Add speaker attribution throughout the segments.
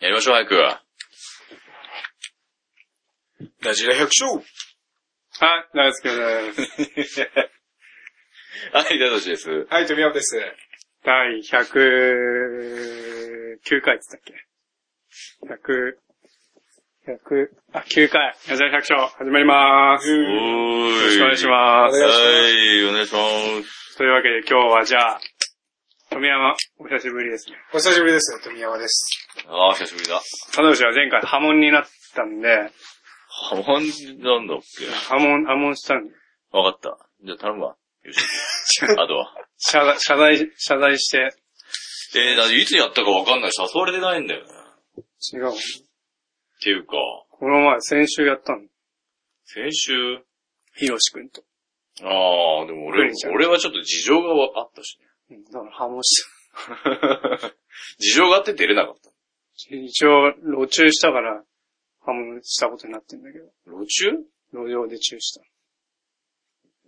Speaker 1: やりましょう、早く。は
Speaker 2: ラジラ百姓
Speaker 3: はい、大輔です。
Speaker 1: い、ダトシです。
Speaker 2: はい、富山です。
Speaker 3: 第109回って言ったっけ ?100、100、あ、9回、矢沢百姓、始まりまーす。
Speaker 1: おーい。
Speaker 3: よろしくお願いします
Speaker 1: はーい、お願いします。
Speaker 3: す。というわけで今日はじゃあ、富山、お久しぶりですね。
Speaker 2: お久しぶりです、富山です。
Speaker 1: あー、久しぶりだ。
Speaker 3: 佐藤氏は前回波紋になったんで、
Speaker 1: ハモンなんだっけ
Speaker 3: 波紋、波紋したんで、
Speaker 1: わかった。じゃあ頼むわ。よ し。あとは。
Speaker 3: 謝罪、謝罪、謝罪して、
Speaker 1: えー、だっていつやったかわかんないし、誘われてないんだよね。っ
Speaker 3: 違う。
Speaker 1: ていうか、
Speaker 3: この前、先週やったの。
Speaker 1: 先週、
Speaker 3: ひろしくんと。
Speaker 1: あー、でも
Speaker 3: ク
Speaker 1: 俺
Speaker 3: リち、ゃん
Speaker 1: 俺はちょっと事情がわあったしね。
Speaker 3: うん、だから波紋した。
Speaker 1: 事情があって出れなかった。
Speaker 3: 一応、路中したから、ハムしたことになってんだけど、
Speaker 1: 路中
Speaker 3: 路上でチューした。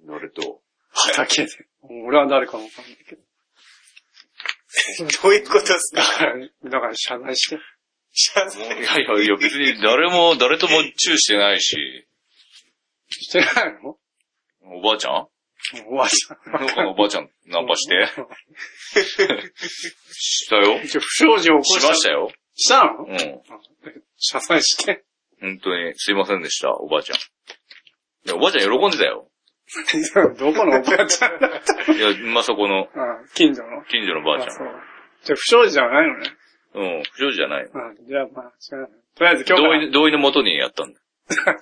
Speaker 1: 俺と。
Speaker 3: 畑で。俺は誰かもわかんない けど。
Speaker 2: どういうことです
Speaker 3: だ
Speaker 2: か
Speaker 3: から、だから謝罪して。
Speaker 1: いやいやいや、別に誰も、誰ともチューしてないし、
Speaker 3: してないの
Speaker 1: おばあちゃん
Speaker 3: おばあちゃ
Speaker 1: 農家のおばあちゃん、ナンパして。したよ。
Speaker 3: ん。一応、不祥事を起こ
Speaker 1: しましたよ。
Speaker 3: したの
Speaker 1: うん。
Speaker 3: 謝罪して。
Speaker 1: 本当に、すいませんでした、おばあちゃん。いや、おばあちゃん喜んでたよ。
Speaker 3: どこのおばあ ちゃんだった
Speaker 1: いや、まさこの、
Speaker 3: あ近所の。
Speaker 1: 近所のばあちゃ
Speaker 3: そ
Speaker 1: ん。
Speaker 3: う。じゃあ、不祥事じゃないのね。
Speaker 1: うん、不祥事じゃない。
Speaker 3: あじゃあ、まあ、違う。とりあえず今日
Speaker 1: 同意、同意のもとにやったんだ。
Speaker 3: から。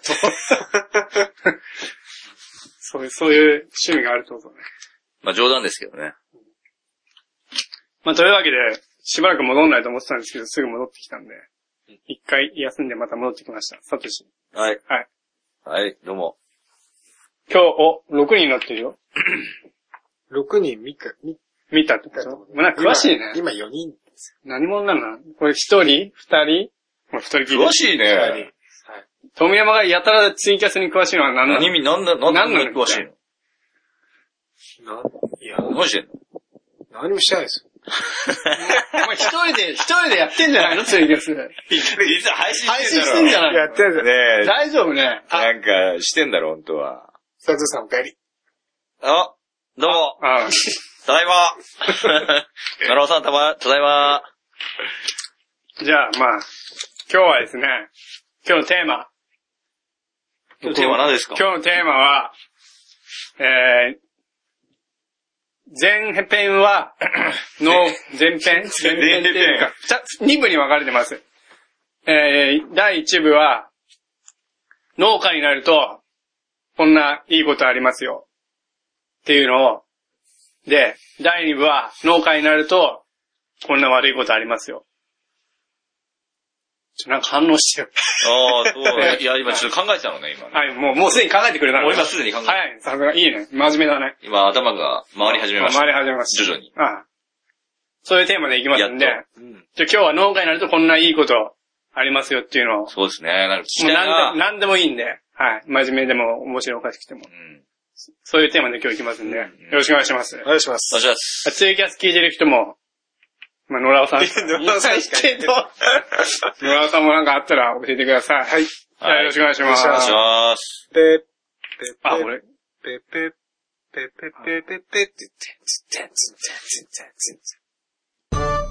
Speaker 3: そういう、そういう趣味があるってことね。
Speaker 1: まあ冗談ですけどね。
Speaker 3: まあ、というわけで、しばらく戻んないと思ってたんですけど、すぐ戻ってきたんで、一回休んでまた戻ってきました。サトシ。
Speaker 1: はい。
Speaker 3: はい。
Speaker 1: はい、どうも。
Speaker 3: 今日、お、6人になってるよ。
Speaker 2: ?6 人見か、見
Speaker 3: 見たってこ
Speaker 2: た
Speaker 3: とまあ、なんか詳しいね。
Speaker 2: 今今4人。
Speaker 3: 何者なのこれ一人二人もう一人きり。
Speaker 1: 詳しい
Speaker 2: はい
Speaker 1: ね。。
Speaker 3: 富山がやたらツイキャスに詳しいのは何な
Speaker 1: 何
Speaker 3: の
Speaker 1: み、なんだ、なんだ、
Speaker 3: 何な
Speaker 1: 何
Speaker 3: の
Speaker 1: 詳しいの
Speaker 2: な、いや、
Speaker 1: 何してんの
Speaker 2: 何もしてないですよ。
Speaker 3: お前一人で、一人でやってんじゃない のツイキャス。
Speaker 1: いつ配信
Speaker 3: 配信してんじゃないの
Speaker 2: るじゃん。
Speaker 1: ねえ、
Speaker 3: 大丈夫ね。あ、
Speaker 1: なんか、してんだろ、本当は。
Speaker 2: 佐藤さんお帰り。
Speaker 1: あ、どうも、
Speaker 3: あ
Speaker 1: た だいま。なるおさん、たま、ただいま。
Speaker 3: じゃあ、まあ、今日はですね、今日のテーマ。
Speaker 1: 今日は何ですか
Speaker 3: 今日のテーマは、えー、前 編は、の、前編前編っていうか、2部に分かれてます。えー、第1部は、農家になると、こんないいことありますよ。っていうのを、で、第2部は、農家になると、こんな悪いことありますよ。ちょ、なんか反応してる。
Speaker 1: ああ、そうだ。いや、今ちょっと考えてたのね、今ね。
Speaker 3: はい、もう、もうすでに考えてくれたの
Speaker 1: もう今すでに考えて
Speaker 3: 早い、さすが、いいね。真面目だね。
Speaker 1: 今、頭が回り始めました。
Speaker 3: 回り始めました。
Speaker 1: 徐々に。
Speaker 3: ああそういうテーマでいきます
Speaker 1: やっ
Speaker 3: んで、
Speaker 1: と。うん
Speaker 3: じゃあ今日は農家になるとこんないいことありますよっていうのを、も
Speaker 1: そうですね。なんか聞きた
Speaker 3: う
Speaker 1: い
Speaker 3: 何で
Speaker 1: な。
Speaker 3: 何でもいいんで、はい。真面目でも面白いおかしくても
Speaker 1: う。ん。
Speaker 3: そういうテーマで今日いきますんで、よ
Speaker 1: ん
Speaker 3: ろしくお願いします。
Speaker 2: お願いします
Speaker 1: お願い。します。
Speaker 3: ツイキャス聞いてる人も、まあ、野良尾さ ん。
Speaker 2: 野良さんしかいない
Speaker 3: いけど野良尾さんもなんかあったら教えてください。はい。じゃあよろしくお願いします。
Speaker 1: お願いします。
Speaker 2: ペッ、ペ
Speaker 3: あ、
Speaker 2: ッ、
Speaker 3: 俺、
Speaker 2: ペッ、ペッ、ペッ、ペッ、ペッ、ペッ、ペッ、って言って、つんてんつんてんつんてんつんてんつん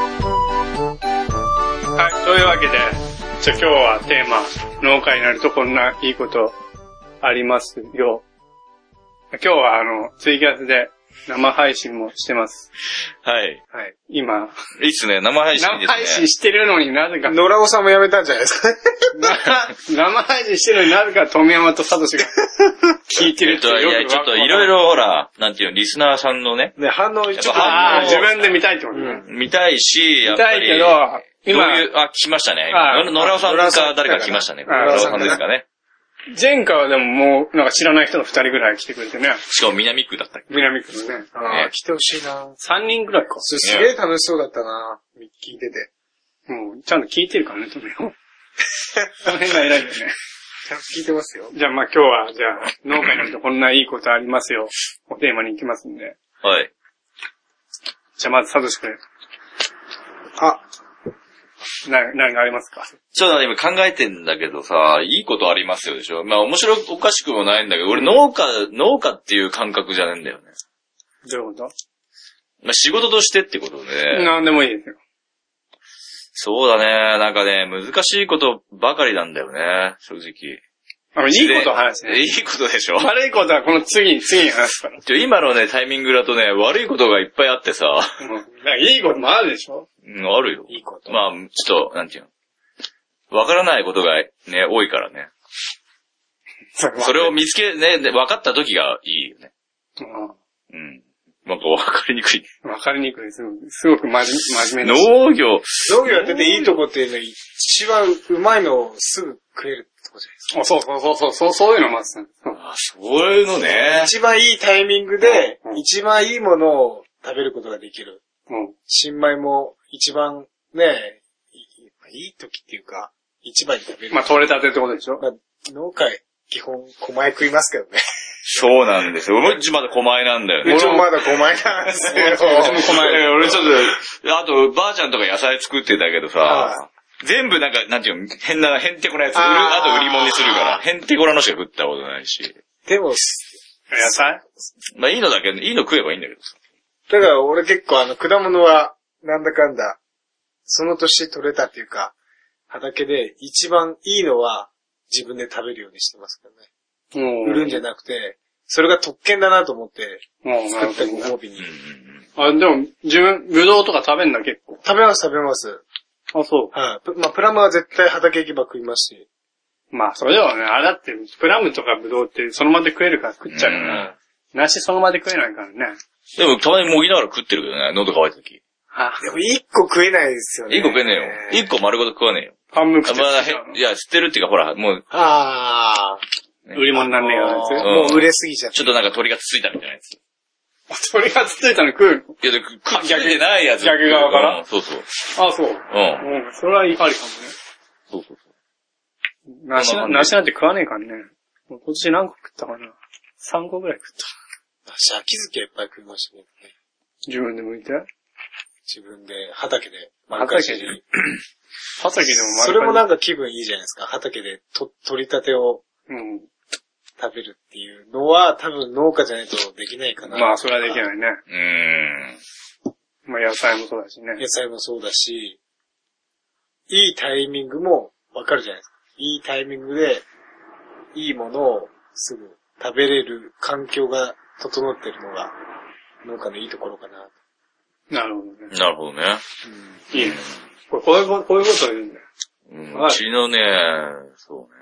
Speaker 3: はい、というわけで、じゃあ今日はテーマ、農家になるとこんないいことありますよ。今日はあの、ツイキャスで生配信もしてます。
Speaker 1: はい。
Speaker 3: はい。今、
Speaker 1: いいっすね。生配信
Speaker 3: 生
Speaker 1: で
Speaker 3: 配
Speaker 1: すね
Speaker 3: 信。してるのになぜか、
Speaker 2: 野良尾さんも辞めたんじゃないですかね。
Speaker 3: 生配信してるのになぜか富山とサトシが聞いて
Speaker 1: え
Speaker 3: る
Speaker 1: っと、 いや、ちょっといろい
Speaker 3: ろ。
Speaker 1: ろほら、なんていうの、リスナーさんのね、
Speaker 2: ね、反応、ちょっと
Speaker 1: やっぱ反応
Speaker 3: ああ、自分で見たいってことね。
Speaker 2: うん
Speaker 1: 見たいし、や
Speaker 3: 見
Speaker 1: っぱ
Speaker 3: た
Speaker 1: り。
Speaker 3: いけど、
Speaker 1: どう
Speaker 3: 今、
Speaker 1: いう、あ、来ましたね。
Speaker 3: あ
Speaker 1: 野良さん
Speaker 2: 野良さ
Speaker 1: か
Speaker 2: ん
Speaker 1: 誰か来ましたね。
Speaker 3: あ
Speaker 1: 野良さんですかね。
Speaker 3: 前回はでももう、なんか知らない人の二人ぐらい来てくれてね。
Speaker 1: しかも南区だったっ
Speaker 3: 南区のね。
Speaker 2: ああ、来てほしいな。
Speaker 3: 三人ぐらいか。
Speaker 2: すすげえ楽しそうだったな。聞いてて。
Speaker 3: もう、ちゃんと聞いてるからね、とめよ。その辺が偉いよね。
Speaker 2: ちゃんと聞いてますよ。
Speaker 3: じゃあまあ今日は、じゃあ、農家になるとこんないいことありますよ。おテーマに行きますんで。
Speaker 1: け。はい。
Speaker 3: じゃあまず、サトシ君、
Speaker 2: あ、
Speaker 3: な、何がありますか
Speaker 1: ちょっと今考えてんだけどさ、いいことありますよでしょまあ面白おかしくもないんだけど、俺農家、農家っていう感覚じゃねえんだよね。
Speaker 3: どういうこ
Speaker 1: まあ仕事としてってこと
Speaker 3: と
Speaker 1: で、
Speaker 3: 何でもいいですよ。
Speaker 1: そうだね、なんかね、難しいことばかりなんだよね、正直。
Speaker 3: あの、いいことを話して
Speaker 1: え
Speaker 3: ね。
Speaker 1: いいことでしょ
Speaker 3: 悪いことはこの次に、次に話すから。
Speaker 1: ちょ今のね、タイミングだとね、悪いことがいっぱいあってさ、
Speaker 3: なんかいいこともあるでしょ
Speaker 1: うんあるよ。
Speaker 3: いいこと。
Speaker 1: まあ、ちょっと、なんていうの。わからないことがね、多いからね。
Speaker 3: そ
Speaker 1: それ
Speaker 3: を。
Speaker 1: を見つけ、ね、で分かった時がいいよね。うん。なんか分かりにくい。
Speaker 3: うんわかりにくいです。すごく真真面目な。
Speaker 1: 農業、
Speaker 2: 農業やってていいとこっていうの一番うまいのをすぐ食えるってことじゃないですか。
Speaker 3: おそうそうそうそう、そうそういうのまず。うん
Speaker 1: あそういうのね。
Speaker 2: 一番いいタイミングで
Speaker 3: う、ん
Speaker 2: 一番いいものを食べることができる。
Speaker 3: うん。
Speaker 2: 新米も一番ね、いいいい時っていうか、一番に食べる。
Speaker 3: まあ、取れたてってことでしょ
Speaker 2: まあ、農家、基本、小米食いますけどね。
Speaker 1: そうなんですよ。俺も一番まだ狛江なんだよね。
Speaker 3: ん
Speaker 2: う ちもまだ5枚なんですよ。
Speaker 3: 俺 も狛江
Speaker 1: えー俺ちょっと、あと、ばあちゃんとか野菜作ってたけどさ
Speaker 2: は、
Speaker 1: 全部なんか、なんていうの、変な、へんてこなやつ、売る、
Speaker 2: あー
Speaker 1: あと売り物にするから、へんてこなのしか食ったことないし。
Speaker 2: でも、
Speaker 3: 野菜
Speaker 1: まあいいのだけど、いいの食えばいいんだけどさ。
Speaker 2: だから俺結構あの、果物は、なんだかんだ、その年取れたっていうか、畑で一番いいのは自分で食べるようにしてますけどね。
Speaker 3: うん
Speaker 2: 売るんじゃなくて、それが特権だなと思って、
Speaker 3: うん、な
Speaker 2: 作
Speaker 3: る
Speaker 2: ったり
Speaker 3: ほ
Speaker 2: ご褒美に
Speaker 1: うん。うんうん。
Speaker 3: ど。あ、でも、自分、ぶどうとか食べんだ結構。
Speaker 2: 食べます食べます。
Speaker 3: あ、そ
Speaker 2: はい、プまあ、プラムは絶対畑行けば食いますし。
Speaker 3: う。まあ、それではね、あれだって、プラムとかぶどうってその場で食えるから食っちゃうよね。梨その場で食えないからね。
Speaker 1: でも、たまにもぎながら食ってるけどね、喉乾いた時。
Speaker 3: あ、
Speaker 2: でも一個食えないですよね。
Speaker 1: 一個食えねえよ。一個丸ごと食わねえよ。
Speaker 3: 半分
Speaker 1: あ
Speaker 3: 食っ
Speaker 1: まあ
Speaker 3: ちゃう
Speaker 1: へん、いや、捨てるっていうか、ほら、もう、
Speaker 2: ああ。
Speaker 1: ね
Speaker 3: 売り物になんねえようなやつ。
Speaker 1: うん
Speaker 2: もう売れすぎちゃっ
Speaker 1: ちょっとなんか鳥がつついたみたいなやつ。
Speaker 3: 鳥がつついたの食う
Speaker 1: いや、で、く食ってないやつ。
Speaker 3: 逆側から
Speaker 1: うんそうそう。うん。
Speaker 3: のあ、そう。うん、それはいいありか
Speaker 1: そうそうそ
Speaker 3: もね。梨な、梨なんて食わねえからね。もう今年何個食ったかな ?3 個ぐらい食った。
Speaker 2: た。私、秋漬けいっぱい食いましたけどね。
Speaker 3: 自分で剥いて。
Speaker 2: 自分で、畑で。
Speaker 3: 畑で
Speaker 2: に
Speaker 3: 畑でも丸
Speaker 2: それもなんんか気分いいじゃないですか。畑でと取りたてを
Speaker 3: うん。
Speaker 2: 食べるっていうのは多分農家じゃないとできないかな。
Speaker 3: まあ、それはできないね。
Speaker 1: う。うーん。
Speaker 3: まあ、野菜もそうだしね。
Speaker 2: 野菜もそうだし、いいタイミングもわかるじゃないですか。いいタイミングで、いいものをすぐ食べれる環境が整ってるのが農家のいいところかな。
Speaker 3: なるほどね。
Speaker 1: なるほどね。
Speaker 3: いいね。これ、こういうこと、こういうことを言うんだよ。
Speaker 1: うん
Speaker 3: はいう
Speaker 1: ちのね、そうね。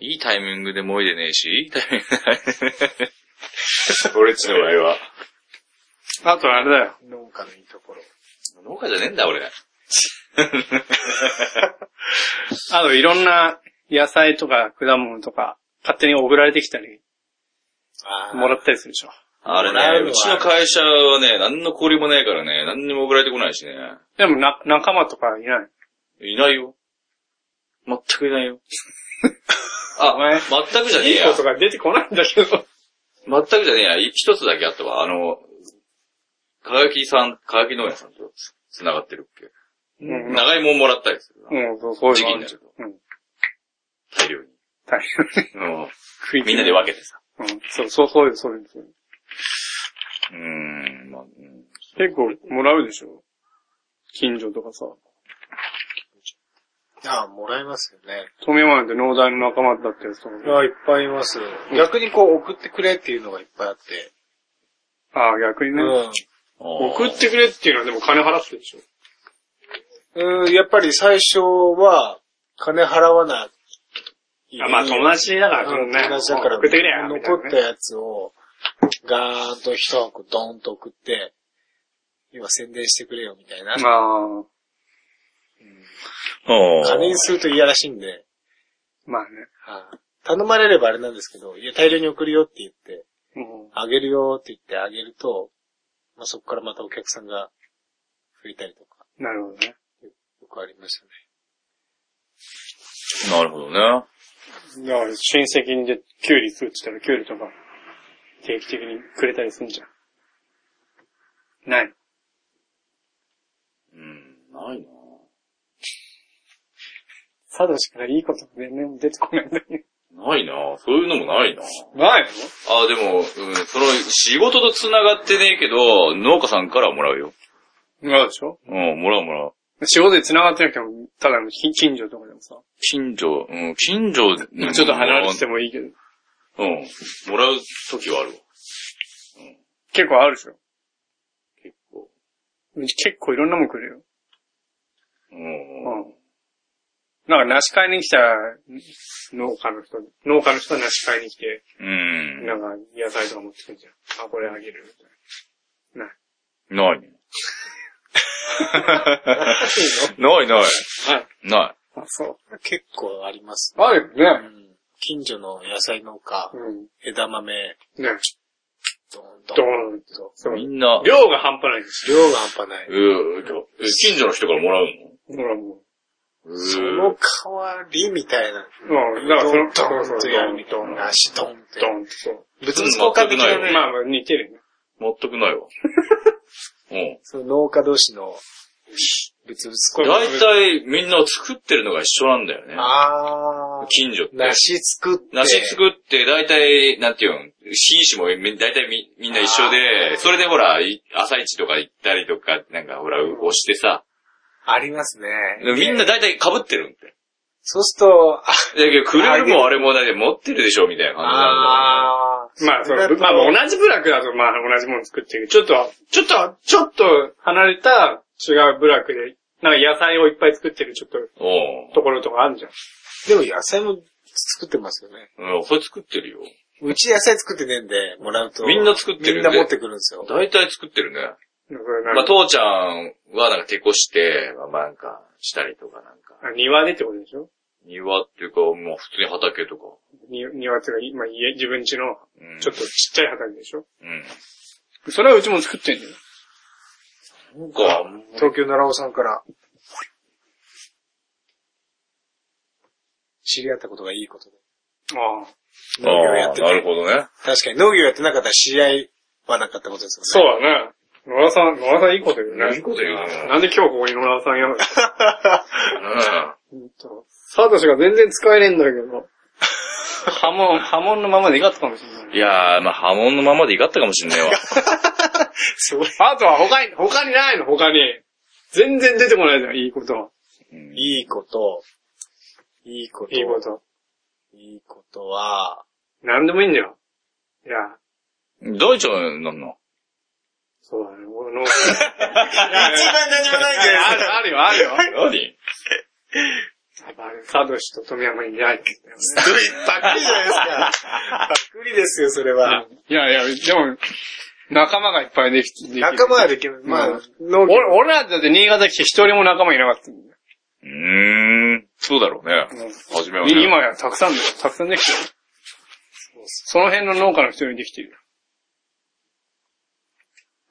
Speaker 1: いいタイミングでもいでねえし、いいタイミングで。俺っちの場合は。
Speaker 3: あとあれだよ。
Speaker 2: うん農家のいいところ。
Speaker 1: 農家じゃねえんだ、俺。
Speaker 3: あと、いろんな野菜とか果物とか、勝手に送られてきたり、
Speaker 2: あ
Speaker 3: もらったりするでしょ。
Speaker 1: あれ
Speaker 2: もらえ
Speaker 1: ね、
Speaker 2: るのは
Speaker 1: うちの会社はね、何の交流もないからね、何にも送られてこないしね。
Speaker 3: でも、な、仲間とかいない。
Speaker 1: いないよ。全くいないよ。
Speaker 3: お
Speaker 1: あ、
Speaker 3: 前
Speaker 1: 全くじゃねえ
Speaker 3: いい
Speaker 1: や。
Speaker 3: ことが出てこないんだけど。
Speaker 1: 全くじゃねえや。い一つだけあったわ。あの、かがきさん、かがき農園さんとつつながってるっけ。
Speaker 3: うん。
Speaker 1: 長いもんもらったりするな。
Speaker 3: うん、そう、そういうのある
Speaker 1: 時期にな
Speaker 3: うん。
Speaker 1: 大量に。
Speaker 3: 大変。
Speaker 1: うん
Speaker 3: 食い
Speaker 1: みんなで分けてさ。
Speaker 3: うん、そう、そう、そういう、そういう、そういう。
Speaker 1: うーん、まあ、うん
Speaker 3: 結構もらうでしょ近所とかさ。
Speaker 2: ああ、もらえますよね。
Speaker 3: 富山なんて農大の仲間だったやつとか。
Speaker 2: いや、いっぱいいます。逆にこう送ってくれっていうのがいっぱいあって。
Speaker 3: ああ、逆にね。送ってくれっていうのはでも金払ってるでしょ。
Speaker 2: うん。うん、やっぱり最初は金払わない。
Speaker 3: 達だか
Speaker 2: うん友達だから、
Speaker 3: 送ってくれや。みたいな
Speaker 2: 残っ
Speaker 3: ね
Speaker 2: たやつを、ガーンと一箱ドーンと送って、要は宣伝してくれよみたいな。
Speaker 3: ああ、
Speaker 1: おー
Speaker 2: 金にするといやらしいんで、
Speaker 3: まあね。
Speaker 2: はい頼まれればあれなんですけど、いや、大量に送るよって言って、
Speaker 3: うん
Speaker 2: あげるよって言ってあげると、まあ、そこからまたお客さんが増えたりとか、
Speaker 3: なるほどね。
Speaker 2: よくありましたね。
Speaker 1: なるほどね。
Speaker 3: だから親戚にでキュウリ作ってたらキュウリとか定期的にくれたりすんじゃん。ない。
Speaker 1: うん、ないな
Speaker 3: サドシからいいこと全然出てこないんだね。
Speaker 1: ないなそういうのもないな
Speaker 3: ないの
Speaker 1: あ、でも、うん、その、仕事と繋がってねえけど、農家さんからはもらうよ。
Speaker 3: なるでしょ
Speaker 1: うん、もらうもらう。
Speaker 3: 仕事で繋がってなくても、ただの近近所とかでもさ、
Speaker 1: 近所、うん、近所で、
Speaker 3: ちょっと離れて
Speaker 1: て
Speaker 3: てもいいけど、
Speaker 1: うん、もらう時はあるわ。
Speaker 3: 結構あるでしょ
Speaker 1: 結構。
Speaker 3: うち結構いろんなもん来るよ。
Speaker 1: うん。
Speaker 3: うん。なんか、梨買いに来た農家の人、農家の人は梨買いに来て、
Speaker 1: うん。
Speaker 3: なんか野菜とか持ってくるじゃん。あ、これあげるみたいな。な
Speaker 1: な
Speaker 3: い。
Speaker 1: いね。ない ない。な
Speaker 3: あ、そう。
Speaker 2: 結構あります、
Speaker 3: ある
Speaker 2: う
Speaker 3: よね。
Speaker 2: ん。近所の野菜農家、
Speaker 3: う
Speaker 2: 枝豆、
Speaker 3: ん。ね、
Speaker 2: どん
Speaker 3: ド
Speaker 2: どん。
Speaker 3: ーンと。そう
Speaker 1: い。みんな、
Speaker 3: 量が半端ないです。
Speaker 2: 量が半端ない。
Speaker 1: うー近所の人からもらう
Speaker 3: ほらも
Speaker 1: の
Speaker 2: その代わりみたいな。
Speaker 3: う。まあ、だからその、
Speaker 2: ドン
Speaker 3: そ
Speaker 2: ドン
Speaker 3: う
Speaker 2: と
Speaker 3: そう
Speaker 2: やるみたい
Speaker 3: ドン、
Speaker 2: な。足ドンって
Speaker 3: ド。ンとそう。
Speaker 2: 物々交換的なね。
Speaker 3: まあまあ似てるよね。
Speaker 1: 全くない わ。うん。
Speaker 2: その農家同士の物々
Speaker 3: これ
Speaker 2: 交
Speaker 1: 大
Speaker 2: 換。
Speaker 1: 体みんな作ってるのが一緒なんだよね。
Speaker 2: あー。
Speaker 1: 近所って。
Speaker 2: 梨作って。
Speaker 1: 梨作って、大体、なんていうの、品種もみ大体みみんな一緒
Speaker 2: あー
Speaker 1: で、それでほら、い朝市とか行ったりとか、なんかほら、押してさ、
Speaker 2: ありますね。
Speaker 1: でもみんな大体被ってるんだよ。
Speaker 2: そうすると、あ
Speaker 1: だけど、くれるもあれもだって持ってるでしょ、みたいな感じなんだよね。
Speaker 3: まあ、そう
Speaker 2: あー。れだと
Speaker 3: まあまあ同じ部落だとまあ同じもの作ってるけど、ちょっと、ちょっと、ちょっと離れた違う部落で、なんか野菜をいっぱい作ってるちょっと
Speaker 1: お
Speaker 3: ところとかあるじゃん。
Speaker 2: でも野菜も作ってますよね。
Speaker 1: ううん、これ作ってるよ。
Speaker 2: うち野菜作ってねえんで、もらうと。
Speaker 1: みんな作ってる
Speaker 2: み
Speaker 1: んで
Speaker 2: んな持ってくるんですよ。
Speaker 1: 大体作ってるね。
Speaker 3: なんかなん
Speaker 1: まあ、
Speaker 3: か
Speaker 1: 父ちゃんはなんか手こして、まあまあなんか、したりとかなんか、
Speaker 3: あ庭でってことでしょ
Speaker 1: 庭っていうか、まあ普通に畑とか。
Speaker 3: に庭っていうか、まあ家、自分家の
Speaker 1: うん、
Speaker 3: ちょっとちっちゃい畑でしょ、
Speaker 1: うん。
Speaker 3: それはうちも作ってんだよ。
Speaker 1: なんか、
Speaker 2: 東京奈良尾さんから。知り合ったことがいいことで。
Speaker 3: ああ。
Speaker 2: 農業や
Speaker 1: あ
Speaker 2: っ
Speaker 1: あ
Speaker 2: て
Speaker 1: ー、なる
Speaker 2: て。
Speaker 1: ほどね。
Speaker 2: 確かに農業やってなかったら知り合いはなかったことですよ
Speaker 3: そ
Speaker 2: ね。
Speaker 3: うだね。野良さん、野良さんいいこと言うね。
Speaker 1: いいこと言うね
Speaker 3: なんで今日ここに野良さんや るの
Speaker 1: うん。
Speaker 3: うんとサトシが全然使えねえんだけど。波紋、波紋のままでいかったかもしれない。
Speaker 1: いやー、まあ波紋のままでいかったかもしんねえわ。
Speaker 3: あとは他に、他にないの他に。全然出てこないじゃん、いいことは。
Speaker 1: うん
Speaker 2: いいこと。いいこと。
Speaker 3: いいこ。と。
Speaker 2: いいことは、
Speaker 3: なんでもいいんだよ。いや、
Speaker 1: 大ちゃんなんの
Speaker 3: そうだね、俺の。いやいやいや
Speaker 2: 何もない
Speaker 3: ある、あるよ、あるよ。
Speaker 1: 何
Speaker 3: やっぱあれサトシと富山にいないって言っ
Speaker 2: パックリじゃないですか。パックリですよ、それは。
Speaker 3: たよね。いやいや、でも、仲間がいっぱいできて、できる
Speaker 2: 仲間はできる。まあ、農
Speaker 3: 俺、
Speaker 2: 業
Speaker 3: 俺らだって新潟来て一人も仲間いなかったんだよ。
Speaker 1: うーん、そうだろうね。はじめはね。
Speaker 3: 今やたくさん、たくさんできてる。その辺の農家の人にできてる。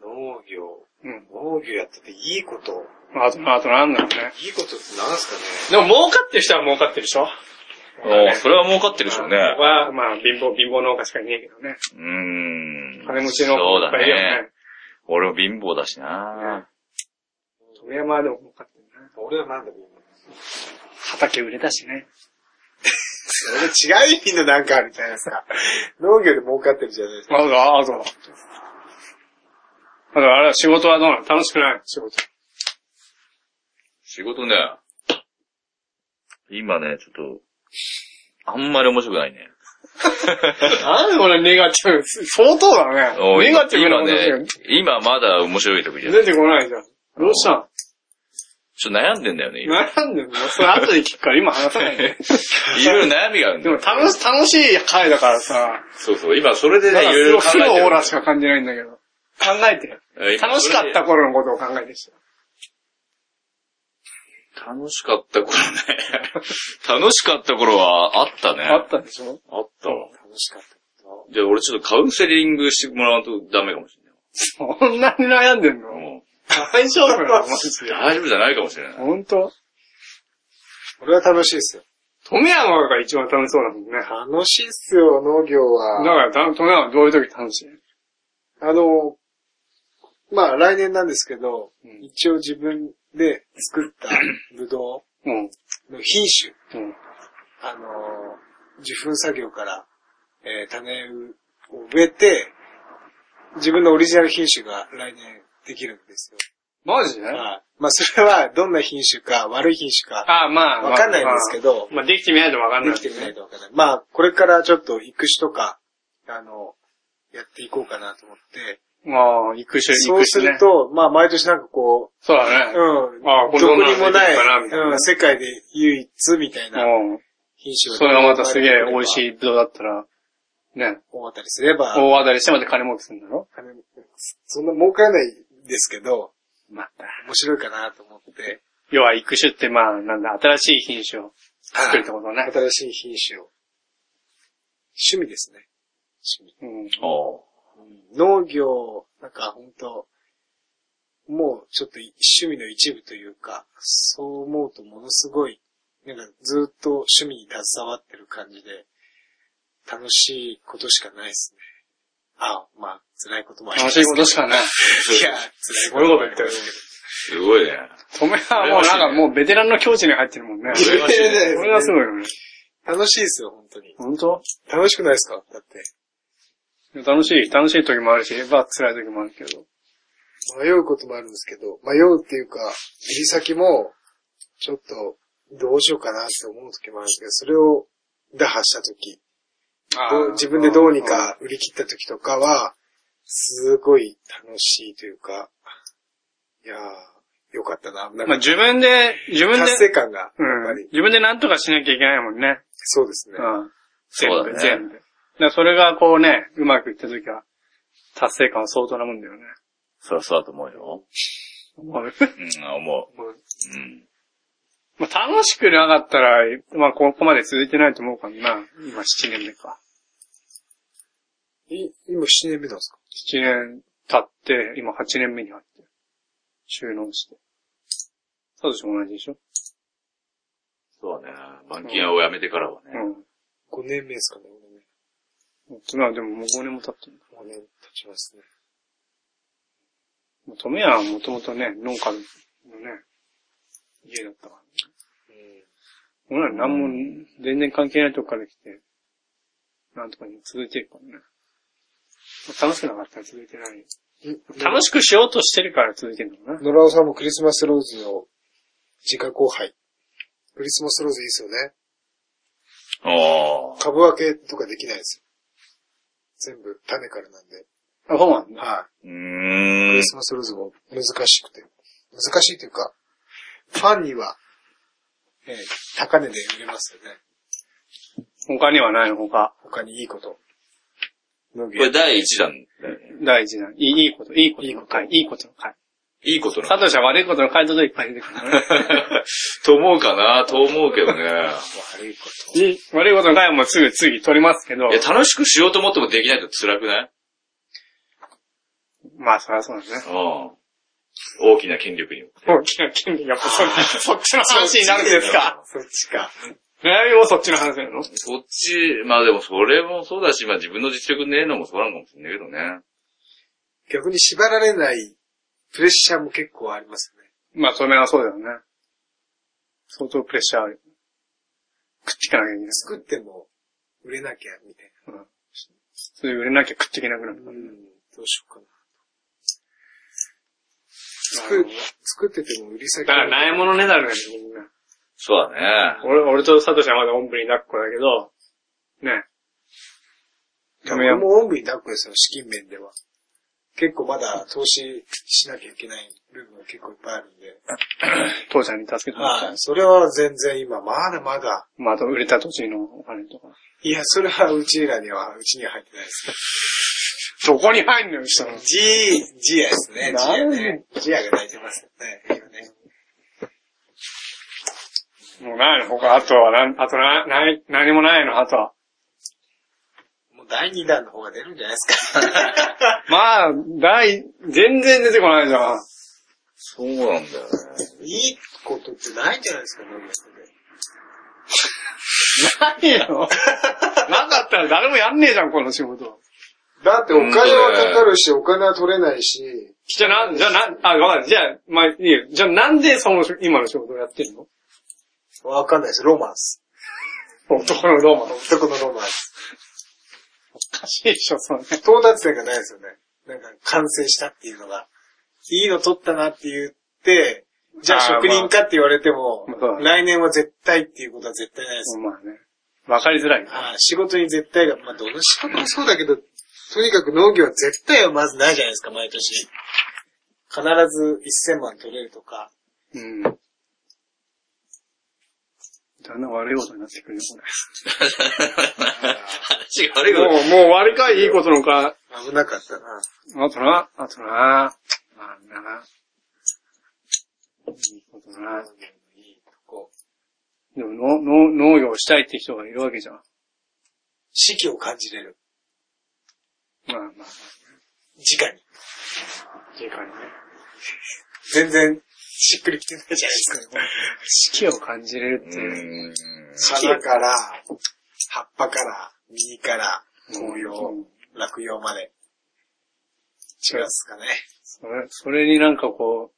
Speaker 2: 農業。
Speaker 3: うん。
Speaker 2: 農業やってていいこと。
Speaker 3: あと、あとなんだろうね。
Speaker 2: いいことって何すかね。
Speaker 3: でも儲かってる人は儲かってるでしょ
Speaker 1: おーそれは儲かってるでしょうね。
Speaker 3: は、まあ、貧乏、貧乏農家しかいねえけどね。
Speaker 1: うーん。
Speaker 3: 金持ちの農家いっぱいいるよ
Speaker 1: そうだ
Speaker 3: ね
Speaker 1: ね。俺も貧乏だしな
Speaker 3: 富山はでも儲かってるな。
Speaker 2: 俺はなんだろう。
Speaker 3: 畑売れたしね。
Speaker 2: それ違う意味のなんかあるじゃないですか。農業で儲かってるじゃないですか。
Speaker 3: あ、そうだ、あ、そうだ。あと、あれは仕事はどうなの楽しくない仕事。
Speaker 1: 仕事ね。今ね、ちょっと、あんまり面白くないね。
Speaker 3: なんで俺ネガティブ、相当だ
Speaker 1: お
Speaker 3: ね。
Speaker 1: ー
Speaker 3: ネガティブ
Speaker 1: 今
Speaker 3: なことしか
Speaker 1: ね、今まだ面白い時じゃない。
Speaker 3: 出てこないじゃん。どうしたの
Speaker 1: ちょっと悩んでんだよね、今。
Speaker 3: 悩んでんのそれ後で聞くから今話さ ないで。
Speaker 1: いろいろ悩みがあるん
Speaker 3: で
Speaker 1: だ
Speaker 3: も
Speaker 1: よ。
Speaker 3: 楽し、楽しい回だからさ。
Speaker 1: そうそう、今それで
Speaker 3: なん
Speaker 1: ね、
Speaker 3: か
Speaker 1: いろい
Speaker 3: す
Speaker 1: ろ
Speaker 3: ごい
Speaker 1: 考えて
Speaker 3: 負の
Speaker 1: る
Speaker 3: オーラしか感じないんだけど。考えてよ。
Speaker 1: え今
Speaker 3: 楽しかった頃のことを考えてるし。
Speaker 1: 楽しかった頃ね。楽しかった頃はあったね。
Speaker 3: あったでしょ
Speaker 1: あったわ。
Speaker 2: 楽しかったけど。
Speaker 1: じゃあ俺ちょっとカウンセリングしてもらうとダメかもしれない。
Speaker 3: そんなに悩んでんの
Speaker 1: も
Speaker 2: 大丈夫
Speaker 3: マ
Speaker 1: う大丈夫じゃないかもしれない。
Speaker 3: ほんと
Speaker 2: 俺は楽しいですよ。
Speaker 3: 富山が一番楽しそうだもんね。
Speaker 2: 楽しいっすよ、農業
Speaker 3: だ
Speaker 2: は。
Speaker 3: から、た富山はどういう時楽しい
Speaker 2: あの、まあ来年なんですけど、
Speaker 3: うん
Speaker 2: 一応自分で作ったブド
Speaker 3: うん。
Speaker 2: ウの品種、
Speaker 3: うん。
Speaker 2: あの、受粉作業から、えー種を植えて、自分のオリジナル品種が来年できるんですよ。
Speaker 3: マジで
Speaker 2: はいまあそれはどんな品種か悪い品種か
Speaker 3: ああ、まあ。
Speaker 2: わかんないんですけ
Speaker 3: ど。
Speaker 2: ど、
Speaker 3: まあ、できてみないとわかんな
Speaker 2: で
Speaker 3: い。
Speaker 2: きてみないとわかんない。まあ、これからちょっと育種とか、あの、やっていこうかなと思って。
Speaker 3: ああ、行くし、行
Speaker 2: そう
Speaker 3: く
Speaker 2: す
Speaker 3: しね
Speaker 2: る。と、まあ、毎年なんかこ
Speaker 3: そう
Speaker 2: う、
Speaker 3: だね。
Speaker 2: うん、
Speaker 3: あこれ
Speaker 2: どこに
Speaker 3: ど
Speaker 2: もない、
Speaker 3: んなの出てるかなみたいな
Speaker 2: うん、世界で唯一みたいな
Speaker 3: うん。
Speaker 2: 品種
Speaker 3: それがまたすげえ美味し
Speaker 2: い。
Speaker 3: いブドウだったら、ね、
Speaker 2: 大当たりすれば、あの
Speaker 3: 大当たりしてまで金儲けするんだろ
Speaker 2: そんな儲からないですけど、
Speaker 3: また。
Speaker 2: 面白いかなと思って、
Speaker 3: 要は、育種ってまあ、なんだ、新しい品種を作るってことね。
Speaker 2: 新しい品種を。趣味ですね。趣味。
Speaker 3: うん。
Speaker 1: お
Speaker 2: 農業、なんか本当もうちょっと趣味の一部というか、そう思うとものすごい、なんかずっと趣味に携わってる感じで、楽しいことしかないですね。あ、まあ、辛いこともありま
Speaker 3: 楽
Speaker 2: す
Speaker 3: しいことしかない。
Speaker 2: いや、
Speaker 3: す
Speaker 2: 辛
Speaker 3: ごい
Speaker 2: い
Speaker 3: こと言ってる。
Speaker 1: すごいね。
Speaker 3: 止めはもうなんかもうベテランの境地に入ってるも んね。
Speaker 1: いや羨ましいね
Speaker 3: それがすごいよね。
Speaker 2: 楽しいですよ、本当に。
Speaker 3: 本当
Speaker 2: 楽しくないですかだって。
Speaker 3: 楽しい、楽しい時もあるし、まあ辛い時もあるけど。
Speaker 2: 迷うこともあるんですけど、迷うっていうか、指先も、ちょっと、どうしようかなって思う時もあるんですけど、それを打破した時、どう自分でどうにか売り切った時とかは、すごい楽しいというか、いやー、よかったな。な
Speaker 3: うん。
Speaker 2: ん
Speaker 3: まあ
Speaker 2: か
Speaker 3: 自分で、自分
Speaker 2: 達成
Speaker 3: で、
Speaker 2: 感が、やっ
Speaker 3: う
Speaker 2: ぱ
Speaker 3: ん
Speaker 2: り、。
Speaker 3: 自分でなんとかしなきゃいけないもんね。
Speaker 2: そうですね。
Speaker 3: うん。全
Speaker 1: そうだ
Speaker 3: 部、
Speaker 1: ね
Speaker 3: 全部。だからそれがこうね、うまくいった時は、達成感は相当なもんだよね。
Speaker 1: そりゃそうだと思うよ。
Speaker 3: 思う
Speaker 1: うん、思
Speaker 3: 思う
Speaker 1: う。うん。
Speaker 3: まあ楽しくなかったら、まあここまで続いてないと思うからな。今7年目か。
Speaker 2: い今7年目なんですか
Speaker 3: 7年経って、今8年目に入ってる。収納して。サトシも同じでしょ
Speaker 1: そうだね。板金屋を辞めてからはね。
Speaker 3: う
Speaker 2: ?5 年目ですかね、5年
Speaker 3: ん。まあでももう5年も経ってる。
Speaker 2: 目。5年経ちますね。
Speaker 3: もう富山はもともとね、農家のね、家だったから、ね。
Speaker 2: うん
Speaker 3: 俺ら何も全然関係ないとこから来て、なんとかに続いてるからね。まあ楽しくなかったら続いてない。楽しくしようとしてるから続いてるのかな。
Speaker 2: 野良さんもクリスマスローズの自家交配。クリスマスローズいいですよね。
Speaker 1: ああ。
Speaker 2: 株分けとかできないですよ。全部種からなんで。
Speaker 3: あ、そうなんだ。
Speaker 2: は
Speaker 1: う
Speaker 2: い。ク
Speaker 1: ーん
Speaker 2: リ。スマスローズも難しくて。難しいというか、ファンには、えー高値で売れますよね。
Speaker 3: 他にはないの、他。
Speaker 2: 他にいいこと。農
Speaker 1: こ
Speaker 2: 業
Speaker 1: れ。第一弾だよね。
Speaker 3: 第一弾。いい、いいこと、いいことの回、いいことの回。
Speaker 1: いいことな
Speaker 3: サ
Speaker 1: の。
Speaker 3: トシは悪いことの回答でいっぱい出てくるね。
Speaker 1: と思うかなと思うけど ね。
Speaker 2: 悪いこと。
Speaker 3: いい悪いことの回はもうすぐ次取りますけど
Speaker 1: い。や、楽しくしようと思ってもできないと辛くない
Speaker 3: まあ、そりゃそうだ ね。
Speaker 1: うん。大きな権力によって。
Speaker 3: 大きな権利がやっぱそそっちの話になるんです か。
Speaker 2: そっちか。
Speaker 3: 悩みもそっちの話なの
Speaker 1: そっち、まあでもそれもそうだし、まあ自分の実力ねえのもそうなのかもしれないけどね。
Speaker 2: 逆に縛られないプレッシャーも結構ありますよね。
Speaker 3: まあ、それはそうだよね。相当プレッシャーある。食っていかなきゃいけない。
Speaker 2: 作っても売れなきゃ、みたい
Speaker 3: うん。それで売れなきゃ食っていけなくなる
Speaker 2: な。
Speaker 3: か
Speaker 2: う
Speaker 3: ら。
Speaker 2: ん。どうしようかな。作、作ってても売り先
Speaker 3: だからないものねだるね、みんな。
Speaker 1: そうだね。
Speaker 3: 俺、俺とサトシはまだおんぶに抱っこだけど、ね。
Speaker 2: 亀山もおんぶに抱っこですよ、資金面では。結構まだ投資しなきゃいけない部分が結構いっぱいあるんで。
Speaker 3: 父ちゃんに助けてもらった
Speaker 2: はい。。それは全然今、まだまだ。
Speaker 3: まあ、あと売れた土地のお金とか。
Speaker 2: いや、それはうちらには、うちには入ってないです。
Speaker 3: どこに入んのよ、そ の。
Speaker 2: G、G やですね。G
Speaker 3: なんで
Speaker 2: やね。G やが泣いてますよね。今ね。
Speaker 3: もうないの他、あとは、なん、あとな、ない、何もないの、あとは。
Speaker 2: もう第2弾の方が出るんじゃないです か。
Speaker 3: まあ、第、全然出てこないじゃん。
Speaker 1: そうなんだよね。
Speaker 2: いいことってないんじゃないですか、ノーゲスト
Speaker 3: な
Speaker 2: で。
Speaker 3: い よ。なかったら誰もやんねえじゃん、この仕事。
Speaker 2: だってお金はかかるし、お金は取れないし、
Speaker 3: じゃあな、じゃあな、あ、わかった。じゃあ、まあ、いいよ。じゃあなんでその、今の仕事をやってるの
Speaker 2: わかんないです。ロマンス。
Speaker 3: 男のロマン。お
Speaker 2: 男のロマンス。
Speaker 3: かしいでしょ、それ。
Speaker 2: 到達点がないですよね。なんか完成したっていうのが。いいの取ったなって言って、じゃあ
Speaker 3: あー
Speaker 2: 職人かって言われても
Speaker 3: まあそうだ、ね
Speaker 2: 来年は絶対っていうことは絶対ないです。
Speaker 3: まあね。わかりづらいな。
Speaker 2: あー仕事に絶対が、まあどの仕事もそうだけど、とにかく農業は絶対はまずないじゃないですか、毎年。必ず1000万取れるとか。
Speaker 3: うん。だんだん悪いことになってくるよ、これ。
Speaker 1: 話が悪いこ
Speaker 3: もう、
Speaker 1: と。
Speaker 3: もう悪いかいいことのか。
Speaker 2: 危なかったな。
Speaker 3: あとな、あとな、まあな。いいことな。
Speaker 2: いいとこ。
Speaker 3: でもの、の、農業したいって人がいるわけじゃん。
Speaker 2: 四季を感じれる。
Speaker 3: まあまあ、
Speaker 2: 直に。
Speaker 3: 時間にね。
Speaker 2: 全然、しっくりきてないじゃない
Speaker 3: 四季を感じれるってい
Speaker 1: う
Speaker 3: う。
Speaker 1: ーん。
Speaker 2: ですか。花から、葉っぱから、実から、紅葉、
Speaker 3: うん
Speaker 2: 落葉まで。違うっすかね。
Speaker 3: それ、それになんかこ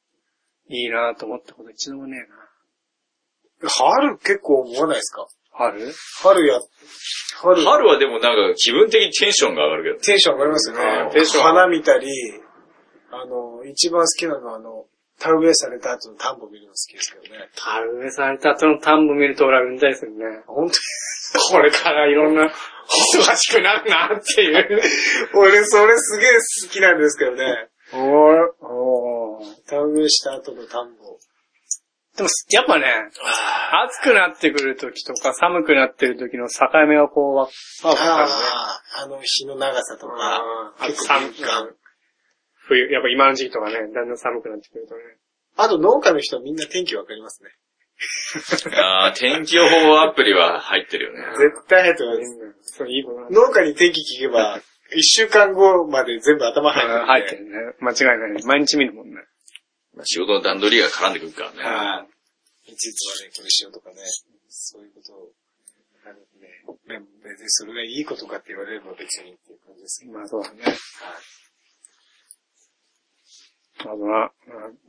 Speaker 3: う、いいなと思ったこと一度もねえな。
Speaker 2: 春結構思わないですか
Speaker 3: ある
Speaker 2: 春や、春、
Speaker 1: 春はでもなんか気分的にテンションが上がるけ
Speaker 2: テンション上がりますよ
Speaker 1: う
Speaker 2: ね
Speaker 1: ん。
Speaker 3: テンション
Speaker 2: 花見たり、あの、一番好きなのはあの、田植えされた後の田んぼ見るの好きですけどね。
Speaker 3: 田植えされた後の田んぼ見ると俺はうんざりするね。
Speaker 2: 本当に。
Speaker 3: これからいろんな、忙しくなるなっていう。
Speaker 2: 俺、それすげえ好きなんですけどね。
Speaker 3: おお
Speaker 2: 田植えした後の田んぼ。
Speaker 3: でも、やっぱね、暑くなってくる時とか寒くなってる時の境目がこうわ、わかるね。
Speaker 2: ああ、あの日の長さとか、
Speaker 3: あと
Speaker 2: 結構
Speaker 3: 寒
Speaker 2: 敏感
Speaker 3: く。冬、やっぱ今の時期とかね、だんだん寒くなってくるとね。
Speaker 2: あと農家の人はみんな天気わかりますね。
Speaker 1: どね。ああ、天気予報アプリは入ってるよね。
Speaker 2: 絶対入ってます。
Speaker 3: そう、いいことなんだ
Speaker 2: 農家に天気聞けば、一週間後まで全部頭入ってるんで。
Speaker 3: 入ってるね。間違いない。毎日見るもんね。
Speaker 1: まあ仕事の段取りが絡んでくるからね。
Speaker 2: はい。いついつまでこれしようとかね。そういうことを、あのね、ね別にそれがいいことかって言われれば別にっていう感じですけど。
Speaker 3: まあそうだね。あとな、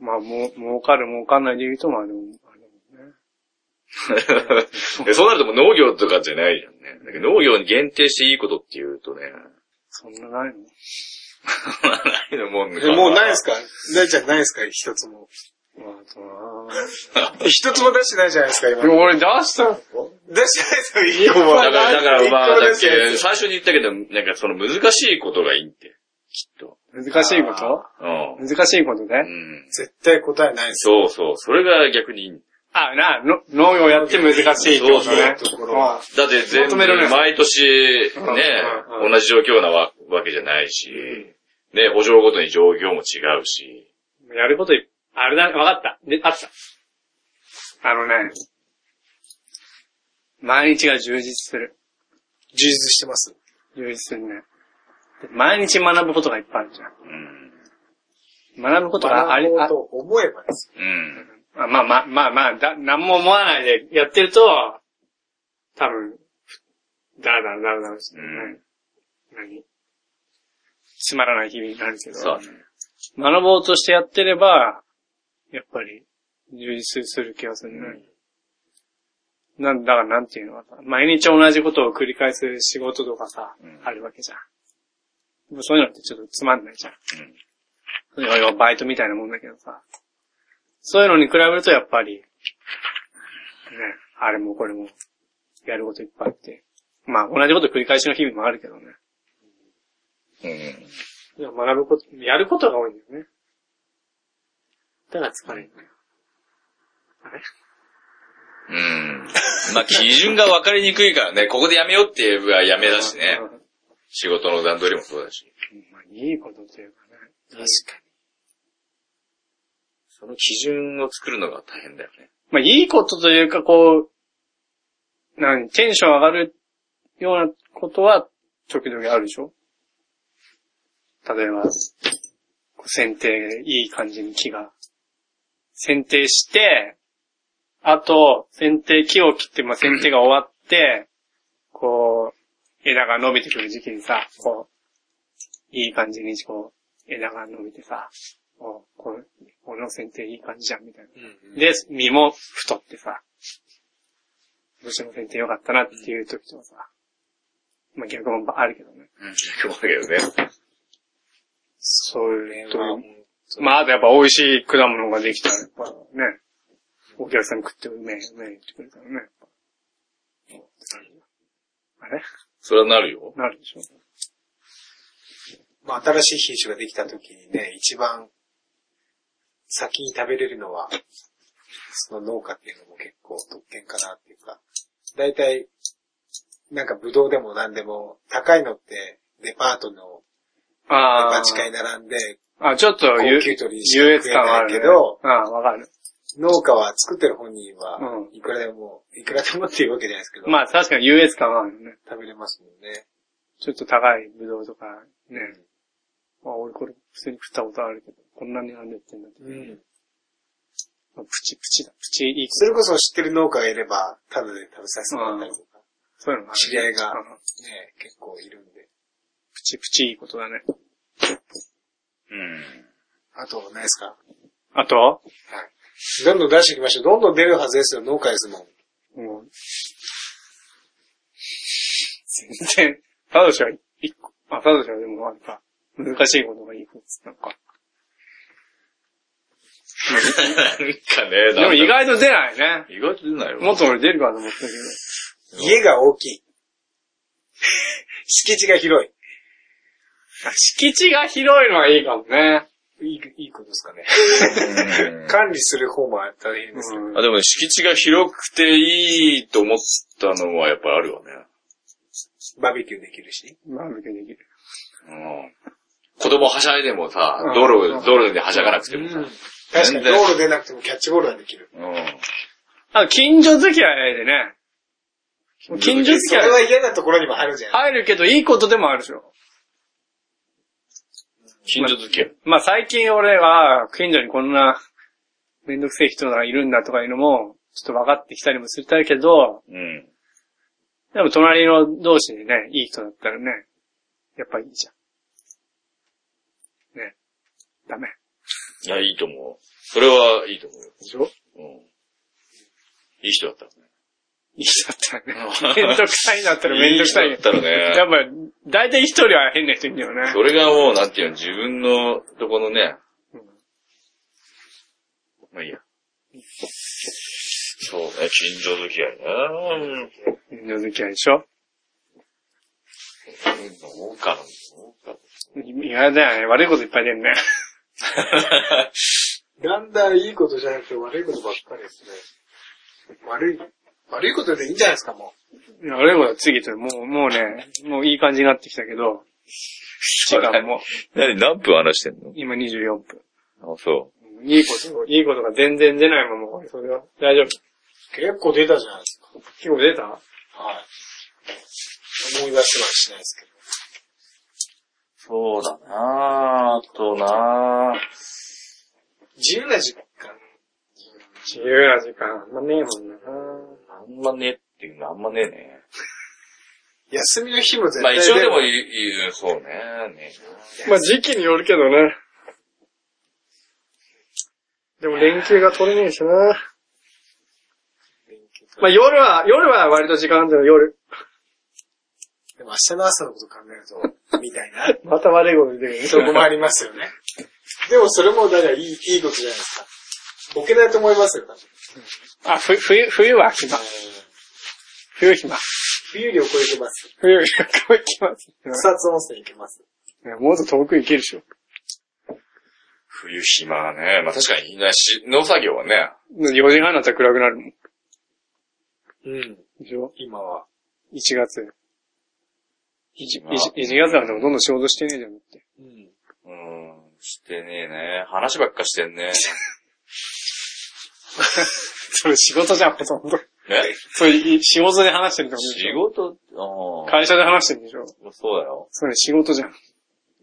Speaker 3: まあ、もう、儲かる儲かんないで言うと、まあでも、あれだもんね。
Speaker 1: でそうなるともう農業とかじゃないじゃんね。だけど農業に限定していいことって言うとね、
Speaker 3: そんなないの
Speaker 1: まあないのもん
Speaker 2: えもうないですか大ちゃんないですか一つも。
Speaker 3: まあ、そう
Speaker 2: 一つも出してないじゃないですか、今。
Speaker 3: な。でも俺出した。
Speaker 2: 出してないですよ、一個も。
Speaker 1: だから、だから、まあ、だっ
Speaker 2: 一個も出してないで
Speaker 1: け、
Speaker 2: す
Speaker 1: 最初に言ったけど、なんかその難しいことがいいって、きっと。
Speaker 3: 難しいこ
Speaker 1: うん
Speaker 3: と。難しいこと
Speaker 1: う
Speaker 3: ね。
Speaker 1: ん。
Speaker 2: 絶対答えないです
Speaker 1: そうそう、それが逆にいいんだよ
Speaker 3: あ、な、の農業やって難しいってことね。
Speaker 2: そうそうところは
Speaker 3: あ
Speaker 1: だって全
Speaker 3: 求
Speaker 1: 部
Speaker 3: められない
Speaker 1: 毎年ね
Speaker 3: うんうんう、ん
Speaker 1: 同じ状況なわわけじゃないし、ね、お嬢ごとに状況も違うし、
Speaker 3: やることいっあれだ、わかった。で、あった。あのね、毎日が充実する。
Speaker 2: 充実してます。
Speaker 3: 充実するね。毎日学ぶことがいっぱいあるじゃん。
Speaker 1: うん。
Speaker 3: 学ぶことがあり、
Speaker 2: 学ぼう
Speaker 3: あ
Speaker 2: と思えばです。
Speaker 1: うん。
Speaker 3: あまあまあまあまあ、だ、なんも思わないでやってると、多分、だらだらだらだらしてね、何つまらない日々になるけど、
Speaker 1: そうね。
Speaker 3: 学ぼうとしてやってれば、やっぱり、充実する気がするね。なんだからなんていうのかな毎日同じことを繰り返す仕事とかさ、
Speaker 1: うん
Speaker 3: あるわけじゃん。でもそういうのってちょっとつまんないじゃん。
Speaker 1: うん
Speaker 3: それはバイトみたいなもんだけどさ。そういうのに比べるとやっぱり、ね、あれもこれも、やることいっぱいあって。まあ同じこと繰り返しの日々もあるけどね。
Speaker 1: うん。
Speaker 3: でも学ぶこと、やることが多いんだよね。だから疲れるんだよ。あれ
Speaker 1: うん。まあ、基準が分かりにくいからね、ここでやめようって言えばやめだしね
Speaker 3: うん。
Speaker 1: 仕事の段取りもそうだし。
Speaker 3: まあいいことというかね。
Speaker 2: 確か
Speaker 1: その基準を作るのが大変だよね。
Speaker 3: まあ、いいことというか、こう、何、テンション上がるようなことは、時々あるでしょ例えば、こう剪定、いい感じに木が。剪定して、あと、剪定、木を切って、まあ、剪定が終わって、こう、枝が伸びてくる時期にさ、こう、いい感じに、こう、枝が伸びてさ、こう、こう俺の剪定いい感じじゃん、みたいな。
Speaker 2: で、
Speaker 3: で、身も太ってさ、どうしても剪定良かったなっていう時とかさ、まあ逆もあるけどね。
Speaker 1: うん。そうだけどね。
Speaker 3: それ
Speaker 2: と
Speaker 3: は、まああとやっぱ美味しい果物ができたら、やっぱね、お客さんに食ってうめえ、うめえってくれたらね、やっぱあれ
Speaker 1: それはなるよ。
Speaker 3: なるでしょ
Speaker 2: まあ、新しい品種ができた時にね、一番先に食べれるのは、その農家っていうのも結構特権かなっていうか、だいたい、なんかブドウでも何でも、高いのってデパートのデ
Speaker 3: あ
Speaker 2: パ
Speaker 3: あ
Speaker 2: 地下に並んで、
Speaker 3: あ、ちょっと
Speaker 2: 高
Speaker 3: 優
Speaker 2: 級鳥しか
Speaker 3: 優越感はある
Speaker 2: 食え
Speaker 3: ね
Speaker 2: ないけ
Speaker 3: あ
Speaker 2: ど
Speaker 3: あ、わかる。
Speaker 2: 農家は作ってる本人
Speaker 3: う
Speaker 2: は
Speaker 3: ん、
Speaker 2: いくらでも、いくらでもっていうわけじゃないですけど、
Speaker 3: まあ確かに優越感はあるよね。
Speaker 2: 食べれますもんね。
Speaker 3: ちょっと高いブドウとかね、まあ俺これ普通に食ったことあるけど、こんなになんで売ってんだって。
Speaker 2: うん。
Speaker 3: まあプチプチだ。プチいい。
Speaker 2: それこそ知ってる農家がいれば、タダで食べさせてもらったりとか、
Speaker 3: そういうのがある
Speaker 2: 知り合いが
Speaker 3: うん
Speaker 2: ね、結構いるんで。
Speaker 3: プチプチいいことだね。
Speaker 1: うん。
Speaker 2: あと、ないですか
Speaker 3: あと、
Speaker 2: どんどん出していきましょう。どんどん出るはずですよ、農家ですもん。
Speaker 3: もう、全然、サドシは一個、あ、サドシはでもなんか、難しいことがいいことです。なんか。
Speaker 1: なんかね、
Speaker 3: でも意
Speaker 1: なんか
Speaker 3: 外と出ないね。
Speaker 1: 意外と出ないよ。
Speaker 3: もっと俺出るかと思ったけど。
Speaker 2: 家が大きい。 敷地が広
Speaker 3: あ敷地が広いのはいいかもね。
Speaker 2: い。いい、いいことですかね。
Speaker 1: うん
Speaker 2: 管理する方も大変ですけど。
Speaker 3: うん
Speaker 1: あ、でも敷地が広くていいと思ったのはやっぱりあるよね。
Speaker 2: バーベキューできるし。
Speaker 3: まあ、受けできる。
Speaker 1: うん。子供はしゃいでもさ
Speaker 3: うん、
Speaker 1: 道路、道路ではしゃがなくて
Speaker 2: う
Speaker 1: もさ。。
Speaker 2: ん確かに道路出なくてもキャッチボールはできる。
Speaker 1: う
Speaker 3: あ、近所付き合いでね。
Speaker 1: ん。
Speaker 3: 近所
Speaker 2: それは嫌なところにもあるじゃん。
Speaker 3: 入るけど、いいことでもあるでしょ。
Speaker 1: 近所付き合い。
Speaker 3: まあ最近俺は、近所にこんな、めんどくせえ人がいるんだとかいうのも、ちょっと分かってきたりもするたけど、
Speaker 1: うん。
Speaker 3: でも隣の同士でね、いい人だったらね、やっぱいいじゃん。ね。ダメ。
Speaker 1: いや、いいと思う。それはいいと思うよ。
Speaker 3: でしょ
Speaker 1: うん。いい人だった
Speaker 3: いい人だったらね。めんどくさいんだったらめんどくさい
Speaker 1: いい
Speaker 3: よ。
Speaker 1: 人だったらね
Speaker 3: やっぱ、大体一人は変な人いるんだよね
Speaker 1: そ。れがもう、なんていうの、自分のとこのね、
Speaker 3: うん
Speaker 1: まあいいや。そうね、近所付き合いね。
Speaker 3: 近所付き合いでしょ
Speaker 1: 農家の、農
Speaker 3: 意外だよね。悪いこといっぱい出るね。
Speaker 1: 家
Speaker 2: だんだんいいことじゃなくて悪いことばっかりですね。悪い、悪いことでいいんじゃないですか、も
Speaker 3: いや、悪いことは次と、もう、もうね、もういい感じになってきたけど、時間も、
Speaker 1: 何、何分話してんの
Speaker 3: 今24分。
Speaker 1: あ、そ
Speaker 3: いいこと、いいことが全然出ないまま、俺それは。大丈夫。
Speaker 2: う。結構出たじゃないですか。
Speaker 3: 結構出た
Speaker 2: はい。思い出せはしないですけど。
Speaker 1: う。そうだなぁ、あとなぁ。
Speaker 2: 自由な時間。
Speaker 3: 自由な時間あんまねえもんな。
Speaker 1: あんまねえっていうのあんまねえね。
Speaker 2: 休みの日も絶
Speaker 1: まあ
Speaker 2: 対
Speaker 1: 一応でも
Speaker 2: い。
Speaker 1: いい、そうね、ね
Speaker 3: まあ時期によるけどね。でも連休が取れねえしな。まあ夜は、夜は割と時間あるんだよ、夜。
Speaker 2: でも明日の朝のこと考えると、 みたいな。
Speaker 3: また悪いこと出てくる。
Speaker 2: そこもありますよね。でもそれも、だからいい、いいことじゃないですか。ボケないと思いますよ、多分
Speaker 3: あ、ふ、冬、冬は暇。冬暇。
Speaker 2: 冬にお越えてます。
Speaker 3: 冬 は暇行きます。
Speaker 2: 草津温泉行けます。
Speaker 3: ねもっと遠く行けるでしょ。
Speaker 1: 冬暇はね、まあ確かにいないし、農作業はね、
Speaker 3: 4時半になったら暗くなるもん。
Speaker 2: うん。
Speaker 3: でしょ
Speaker 2: 今は。
Speaker 3: ?1 月。1,
Speaker 1: まあ
Speaker 3: 月なんてもどんどん仕事してねえじゃんって。
Speaker 2: うん。
Speaker 1: うーん、 してねえね。話ばっかしてんね。
Speaker 3: それ仕事じゃん、ほとんど。
Speaker 1: え
Speaker 3: そういう、仕事で話してるってことでし
Speaker 1: 仕
Speaker 3: ょ
Speaker 1: 事、ああ。
Speaker 3: 会社で話してるんでしょ
Speaker 1: そうだよ。
Speaker 3: それ仕事じゃん。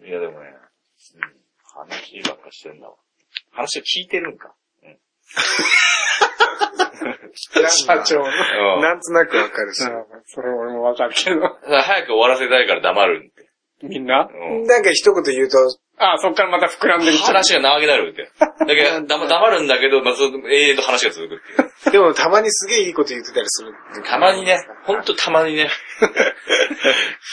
Speaker 1: いやでもね、うん。話ばっかしてんだわ。話を聞いてるんか。
Speaker 2: 社長の。
Speaker 1: うん。
Speaker 2: なんとなくわかるし。
Speaker 3: うんそれ俺もわかるけど。
Speaker 1: 早く終わらせたいから黙るんって。
Speaker 3: みんな
Speaker 1: うん。
Speaker 2: なんか一言言うと、
Speaker 3: あそっからまた膨らんでるっちゃう。
Speaker 1: 話が長くなるって。だけど、だま黙るんだけど、まあ、その永遠と話が続くっていう。
Speaker 2: でもたまにすげえいいこと言ってたりする。
Speaker 1: たまにね、ほんとたまにね。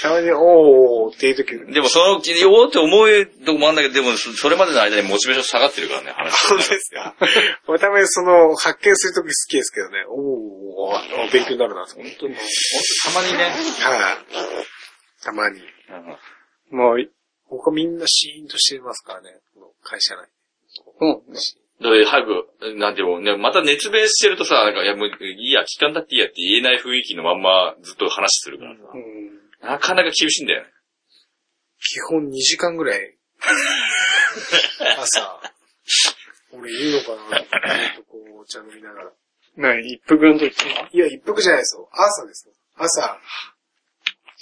Speaker 2: たまに、おーっていう時。
Speaker 1: でもそのうち、おーって思うとこもあるんだけど、でもそそれまでの間にモチベーション下がってるからね、話して
Speaker 2: そうですか。 俺たまにその、発見する時好きですけどね、おー、勉強になるなと思って。
Speaker 1: ほんとねほんとたまにね。
Speaker 2: はい。たまに。
Speaker 1: うん
Speaker 3: もうい、
Speaker 2: 他みんなシーンとしてますからね、この会社内。
Speaker 3: うん。
Speaker 1: だから早く、なんていうの、ね、また熱弁してるとさ、なんか、いや、もう、いいや、期間だっていいやって言えない雰囲気のまんまずっと話するからさ。なかなか厳しいんだよね。
Speaker 2: 基本2時間ぐら い、朝、俺いるのかなとこう、お茶飲みながら。
Speaker 3: 何一服の時とか
Speaker 2: いや、一服じゃないですよ。朝ですよ。朝、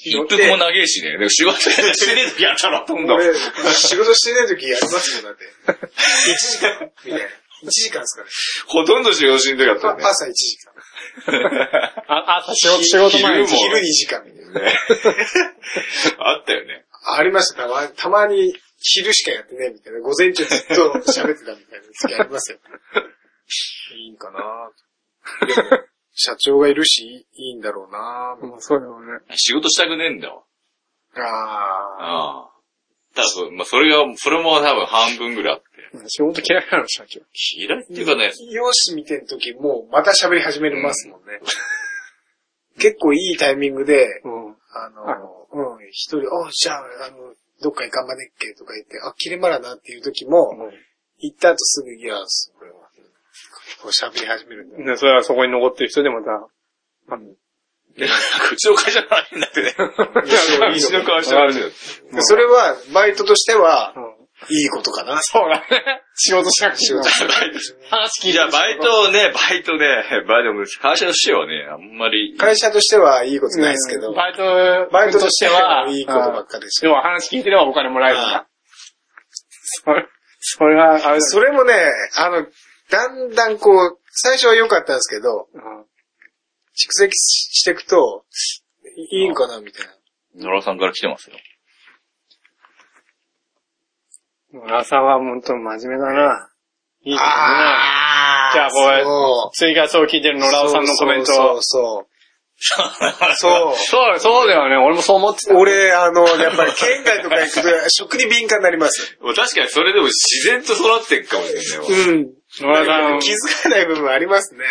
Speaker 1: 一服も長いしね。でも仕事してねえ時やったらほとんど。
Speaker 2: 俺、仕事してない時やりますよ、だって。1時間、みたいな。1時間ですかね。
Speaker 1: ほとんど仕事してん時やったよね
Speaker 2: あ。朝1時間。
Speaker 3: あ、あ、仕事、仕事 前に
Speaker 1: 昼も。
Speaker 2: 昼2時間みたいな。
Speaker 1: あったよね。
Speaker 2: ありました。たまたまに昼しかやってないみたいな。午前中ずっと喋ってたみたいな時ありますよ。いいんかなぁでも社長がいるし、いいんだろうなぁ
Speaker 3: もうそうだよね。
Speaker 1: 仕事したくねえんだわ。
Speaker 2: あ
Speaker 1: ああ。ただそう、まあ、それが、それも多分半分ぐらいあって。
Speaker 3: 仕事嫌いなの、社長。
Speaker 1: 嫌いって
Speaker 2: ー
Speaker 1: いうかね、
Speaker 2: 容姿見てる時もうまた喋り始めますもんね。結構いいタイミングで、
Speaker 3: うん。
Speaker 2: あの、うん、一人、あ、じゃあ、あの、どっか行かんばねっけとか言って、あ、切れまらなっていう時も、行った後すぐ、いや、これは、こう喋り始めるんだ。
Speaker 3: でそれはそこに残ってる人でまた、あの
Speaker 1: うちの会社の話になってね。うちの会社の話になって。
Speaker 2: でそれは、バイトとしては
Speaker 3: う、ん
Speaker 2: いいことかな。
Speaker 3: そうだね。仕事しなくて
Speaker 2: 仕事
Speaker 3: 話聞い
Speaker 1: い
Speaker 3: て
Speaker 1: や、バイトをね、バイトね、バイトも、会社の師はね、あんまり、
Speaker 2: 会社としてはいいことないですけど、
Speaker 3: バイト、
Speaker 2: バイトとしてはいいことばっ
Speaker 3: は、
Speaker 2: かりでし
Speaker 3: 要は話聞いてればお金もらえるから。それ、それは、あれだ
Speaker 2: それもね、あの、だんだんこう、最初は良かったんですけど、
Speaker 3: うん
Speaker 2: 蓄積していくと、いいんかな、みたいな。
Speaker 1: 野良さんから来てますよ。
Speaker 3: 村さんは本当に真面目だな。いいですね。
Speaker 2: あ
Speaker 3: じゃあこれ
Speaker 2: そ
Speaker 3: 追加そう聞いてる
Speaker 2: う
Speaker 3: 野良尾さんのコメント。
Speaker 2: そ
Speaker 3: そうう
Speaker 2: そう
Speaker 1: そ
Speaker 2: そう。そ
Speaker 3: そうだよね。俺もそう思って
Speaker 2: う。
Speaker 3: た。
Speaker 2: 俺、あの、やっぱり県外とか行くと、食に敏感になります。
Speaker 1: う。 確かにそれでも自然と育っていくかもしれないうわ。
Speaker 2: ん。
Speaker 3: 野良さん、
Speaker 2: 気づかない部分ありますね。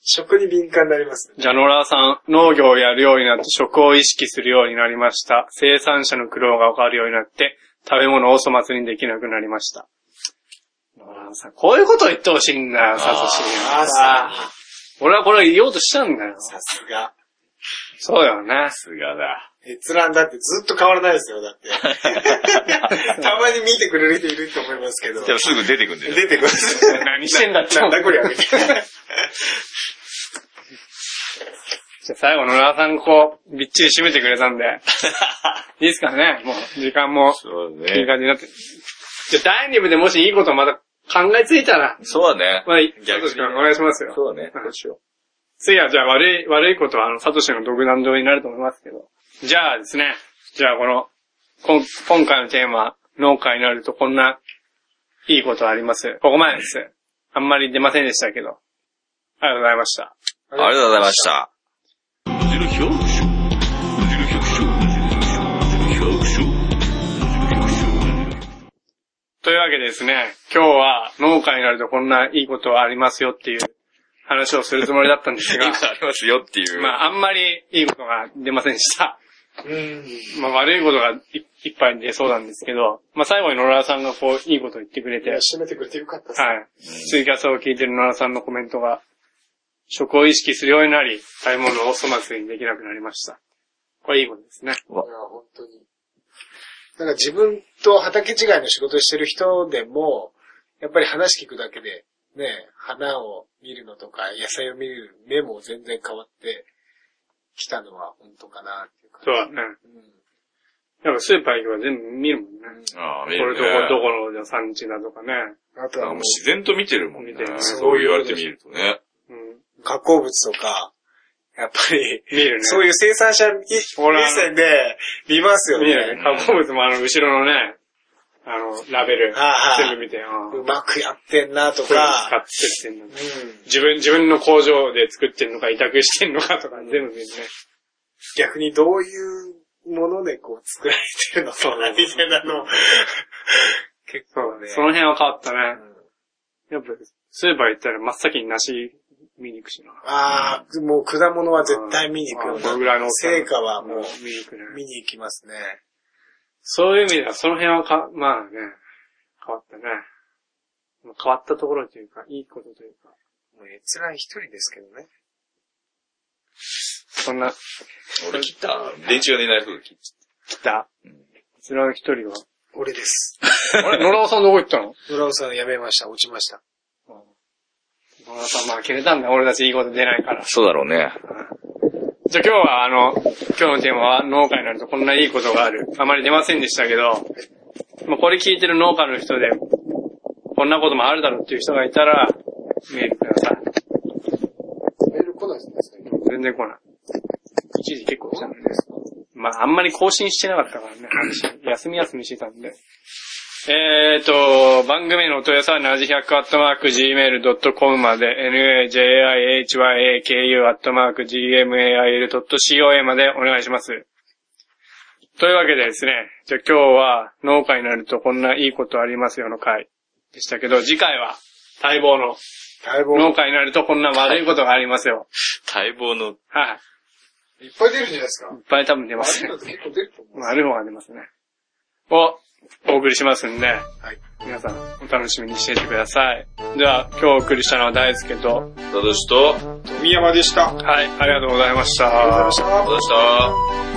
Speaker 2: 食に敏感になりますね。
Speaker 3: じゃあ野良さん、農業をやるようになって食を意識するようになりました。生産者の苦労がわかるようになって、食べ物を粗末にできなくなりました。野良さん、こういうことを言ってほしいんだよ、サトシにはさ。俺はこれ言おうとしたんだよ。
Speaker 2: さすが。
Speaker 3: そうだよね。
Speaker 1: すがだ。
Speaker 2: 閲覧だってずっと変わらないですよ、だって。たまに見てくれる人いると思いますけど。
Speaker 1: でもすぐ出てくんだよ。
Speaker 2: 出てくる。
Speaker 3: 何してんだって。
Speaker 2: なんだこりゃ、みたいな。
Speaker 3: じゃあ最後、野良さんこう、びっちり締めてくれたんで。いいですかねもう、時間 も、
Speaker 1: そうだ
Speaker 3: いい
Speaker 1: ね。
Speaker 3: 感じになって。じゃあ第2部でもしいいことまだ考えついたら、
Speaker 1: そうだね。
Speaker 3: まあ、サ
Speaker 1: 逆
Speaker 3: ト
Speaker 1: に
Speaker 3: シ君お願いしますよ。
Speaker 1: そうだね。どうしよ
Speaker 3: 次は、じゃあ悪い、悪いことは、あの、サトシの独断上になると思いますけど。じゃあですね、じゃあこの、こん今回のテーマ、農家になるとこんな、いいことあります。ここまでです。あんまり出ませんでしたけど。ありがとうございました。
Speaker 1: う。ありがとうございました。
Speaker 3: というわけでですね、今日は農家になるとこんないいことはありますよっていう話をするつもりだったんです
Speaker 1: いい
Speaker 3: が
Speaker 1: こ、とありますよっていう。
Speaker 3: まああんまりいいことが出ませんでした。
Speaker 2: うん。
Speaker 3: まあ悪いことがいいっぱい出そうなんですけど、まあ最後に野良さんがこういいことを言ってくれ
Speaker 2: い
Speaker 3: て、
Speaker 2: や
Speaker 3: はい。
Speaker 2: 締めてくれてよかったです。
Speaker 3: ツイキャスを聞いてる野良さんのコメントが、食を意識するようになり、食べ物を粗末にできなくなりました。これいいことですね。
Speaker 2: いや、本当に。なんか自分と畑違いの仕事してる人でも、やっぱり話聞くだけで、ね、花を見るのとか、野菜を見る目も全然変わってきたのは本当かなっていう感じ。
Speaker 3: そうだね。なんかスーパー行けば全部見るもんね。
Speaker 1: ああ、
Speaker 3: こ
Speaker 1: 見
Speaker 3: れ
Speaker 1: る
Speaker 3: どこ、ど
Speaker 1: ね。
Speaker 3: この産地だとかね。
Speaker 2: うん。あと
Speaker 1: なんかも
Speaker 2: はも
Speaker 1: う
Speaker 2: う、
Speaker 1: 自然と見てるもんね
Speaker 3: 見てる。
Speaker 1: そう言われてみるとね。
Speaker 3: うん。
Speaker 2: 加工物とか、やっぱり、
Speaker 3: 見るね。
Speaker 2: そういう生産者い
Speaker 3: ほら
Speaker 2: 目線で見ますよ
Speaker 3: 見る
Speaker 2: ね。
Speaker 3: ね。加工物もあの、後ろのね、あの、ラベル、
Speaker 2: はいはい
Speaker 3: 全部見て、ああ
Speaker 2: うまくやってんなと
Speaker 3: こういうの使
Speaker 2: か、
Speaker 3: ってってんの
Speaker 2: うん。
Speaker 3: 自分、自分の工場で作ってんのか、委託してんのかとか、全部見るね。
Speaker 2: 逆にどういうものでこう作られてるのかなみたいなの。結構ね。
Speaker 3: その辺は変わったね。
Speaker 2: うん
Speaker 3: やっぱ、スーパー行ったら真っ先に梨見に行くしな。
Speaker 2: ああ、もう果物は絶対見に行くよう
Speaker 3: あ
Speaker 2: に
Speaker 3: ー
Speaker 2: な
Speaker 3: この
Speaker 2: った
Speaker 3: ぐらいの大きさの
Speaker 2: 成果はも
Speaker 3: 見に行くね
Speaker 2: う。見に行きますね。
Speaker 3: そういう意味では、その辺はか、まあね、変わったね。まあ変わったところというか、いいことというか、
Speaker 2: もう閲覧一人ですけどね。
Speaker 3: そんな、
Speaker 1: 俺切った。電池が出ない風切っ
Speaker 3: 来た、こちらの一人は。
Speaker 2: 俺です。
Speaker 3: あれ、野良さんどこ行ったの
Speaker 2: 村尾さん辞めました。落ちました。
Speaker 3: 野良さんまあ切れたんだ、俺たちいいこと出ないから
Speaker 1: た。。そうだろうね。
Speaker 3: じゃあ今日はあの、今日のテーマは農家になるとこんないいことがある。あまり出ませんでしたけど、まあこれ聞いてる農家の人で、こんなこともあるだろうっていう人がいたら、メールください。
Speaker 2: メール来ないですね、最近。
Speaker 3: 全然来ない。一時結構来たんで。まあ、あんまり更新してなかったからね、話。休み休みしてたんで。えーと、番組へのお問い合わせは、なじ100アットマーク gmail.com まで、najihyaku アットマーク gmail.co までお願いします。というわけでですね、じゃあ今日は農家になるとこんないいことありますよの回でしたけど、次回は待望の
Speaker 2: 待望。
Speaker 3: 農家になるとこんな悪いことがありますよ。
Speaker 1: 待望の、
Speaker 3: はい。
Speaker 2: いっぱい出るんじゃないですか
Speaker 3: い。っぱい多分出ます
Speaker 2: 悪い
Speaker 3: ね
Speaker 2: の。って結構出ると思う。
Speaker 3: ある方が出ますね。を、お送りしますんで、
Speaker 2: はい。
Speaker 3: 皆さんお楽しみにしていてください。では、今日お送りしたのは大輔と、
Speaker 1: ただしと、
Speaker 2: 富山でした。あり
Speaker 3: はい、ありがとうございました。
Speaker 2: がとうございました。
Speaker 1: ただした。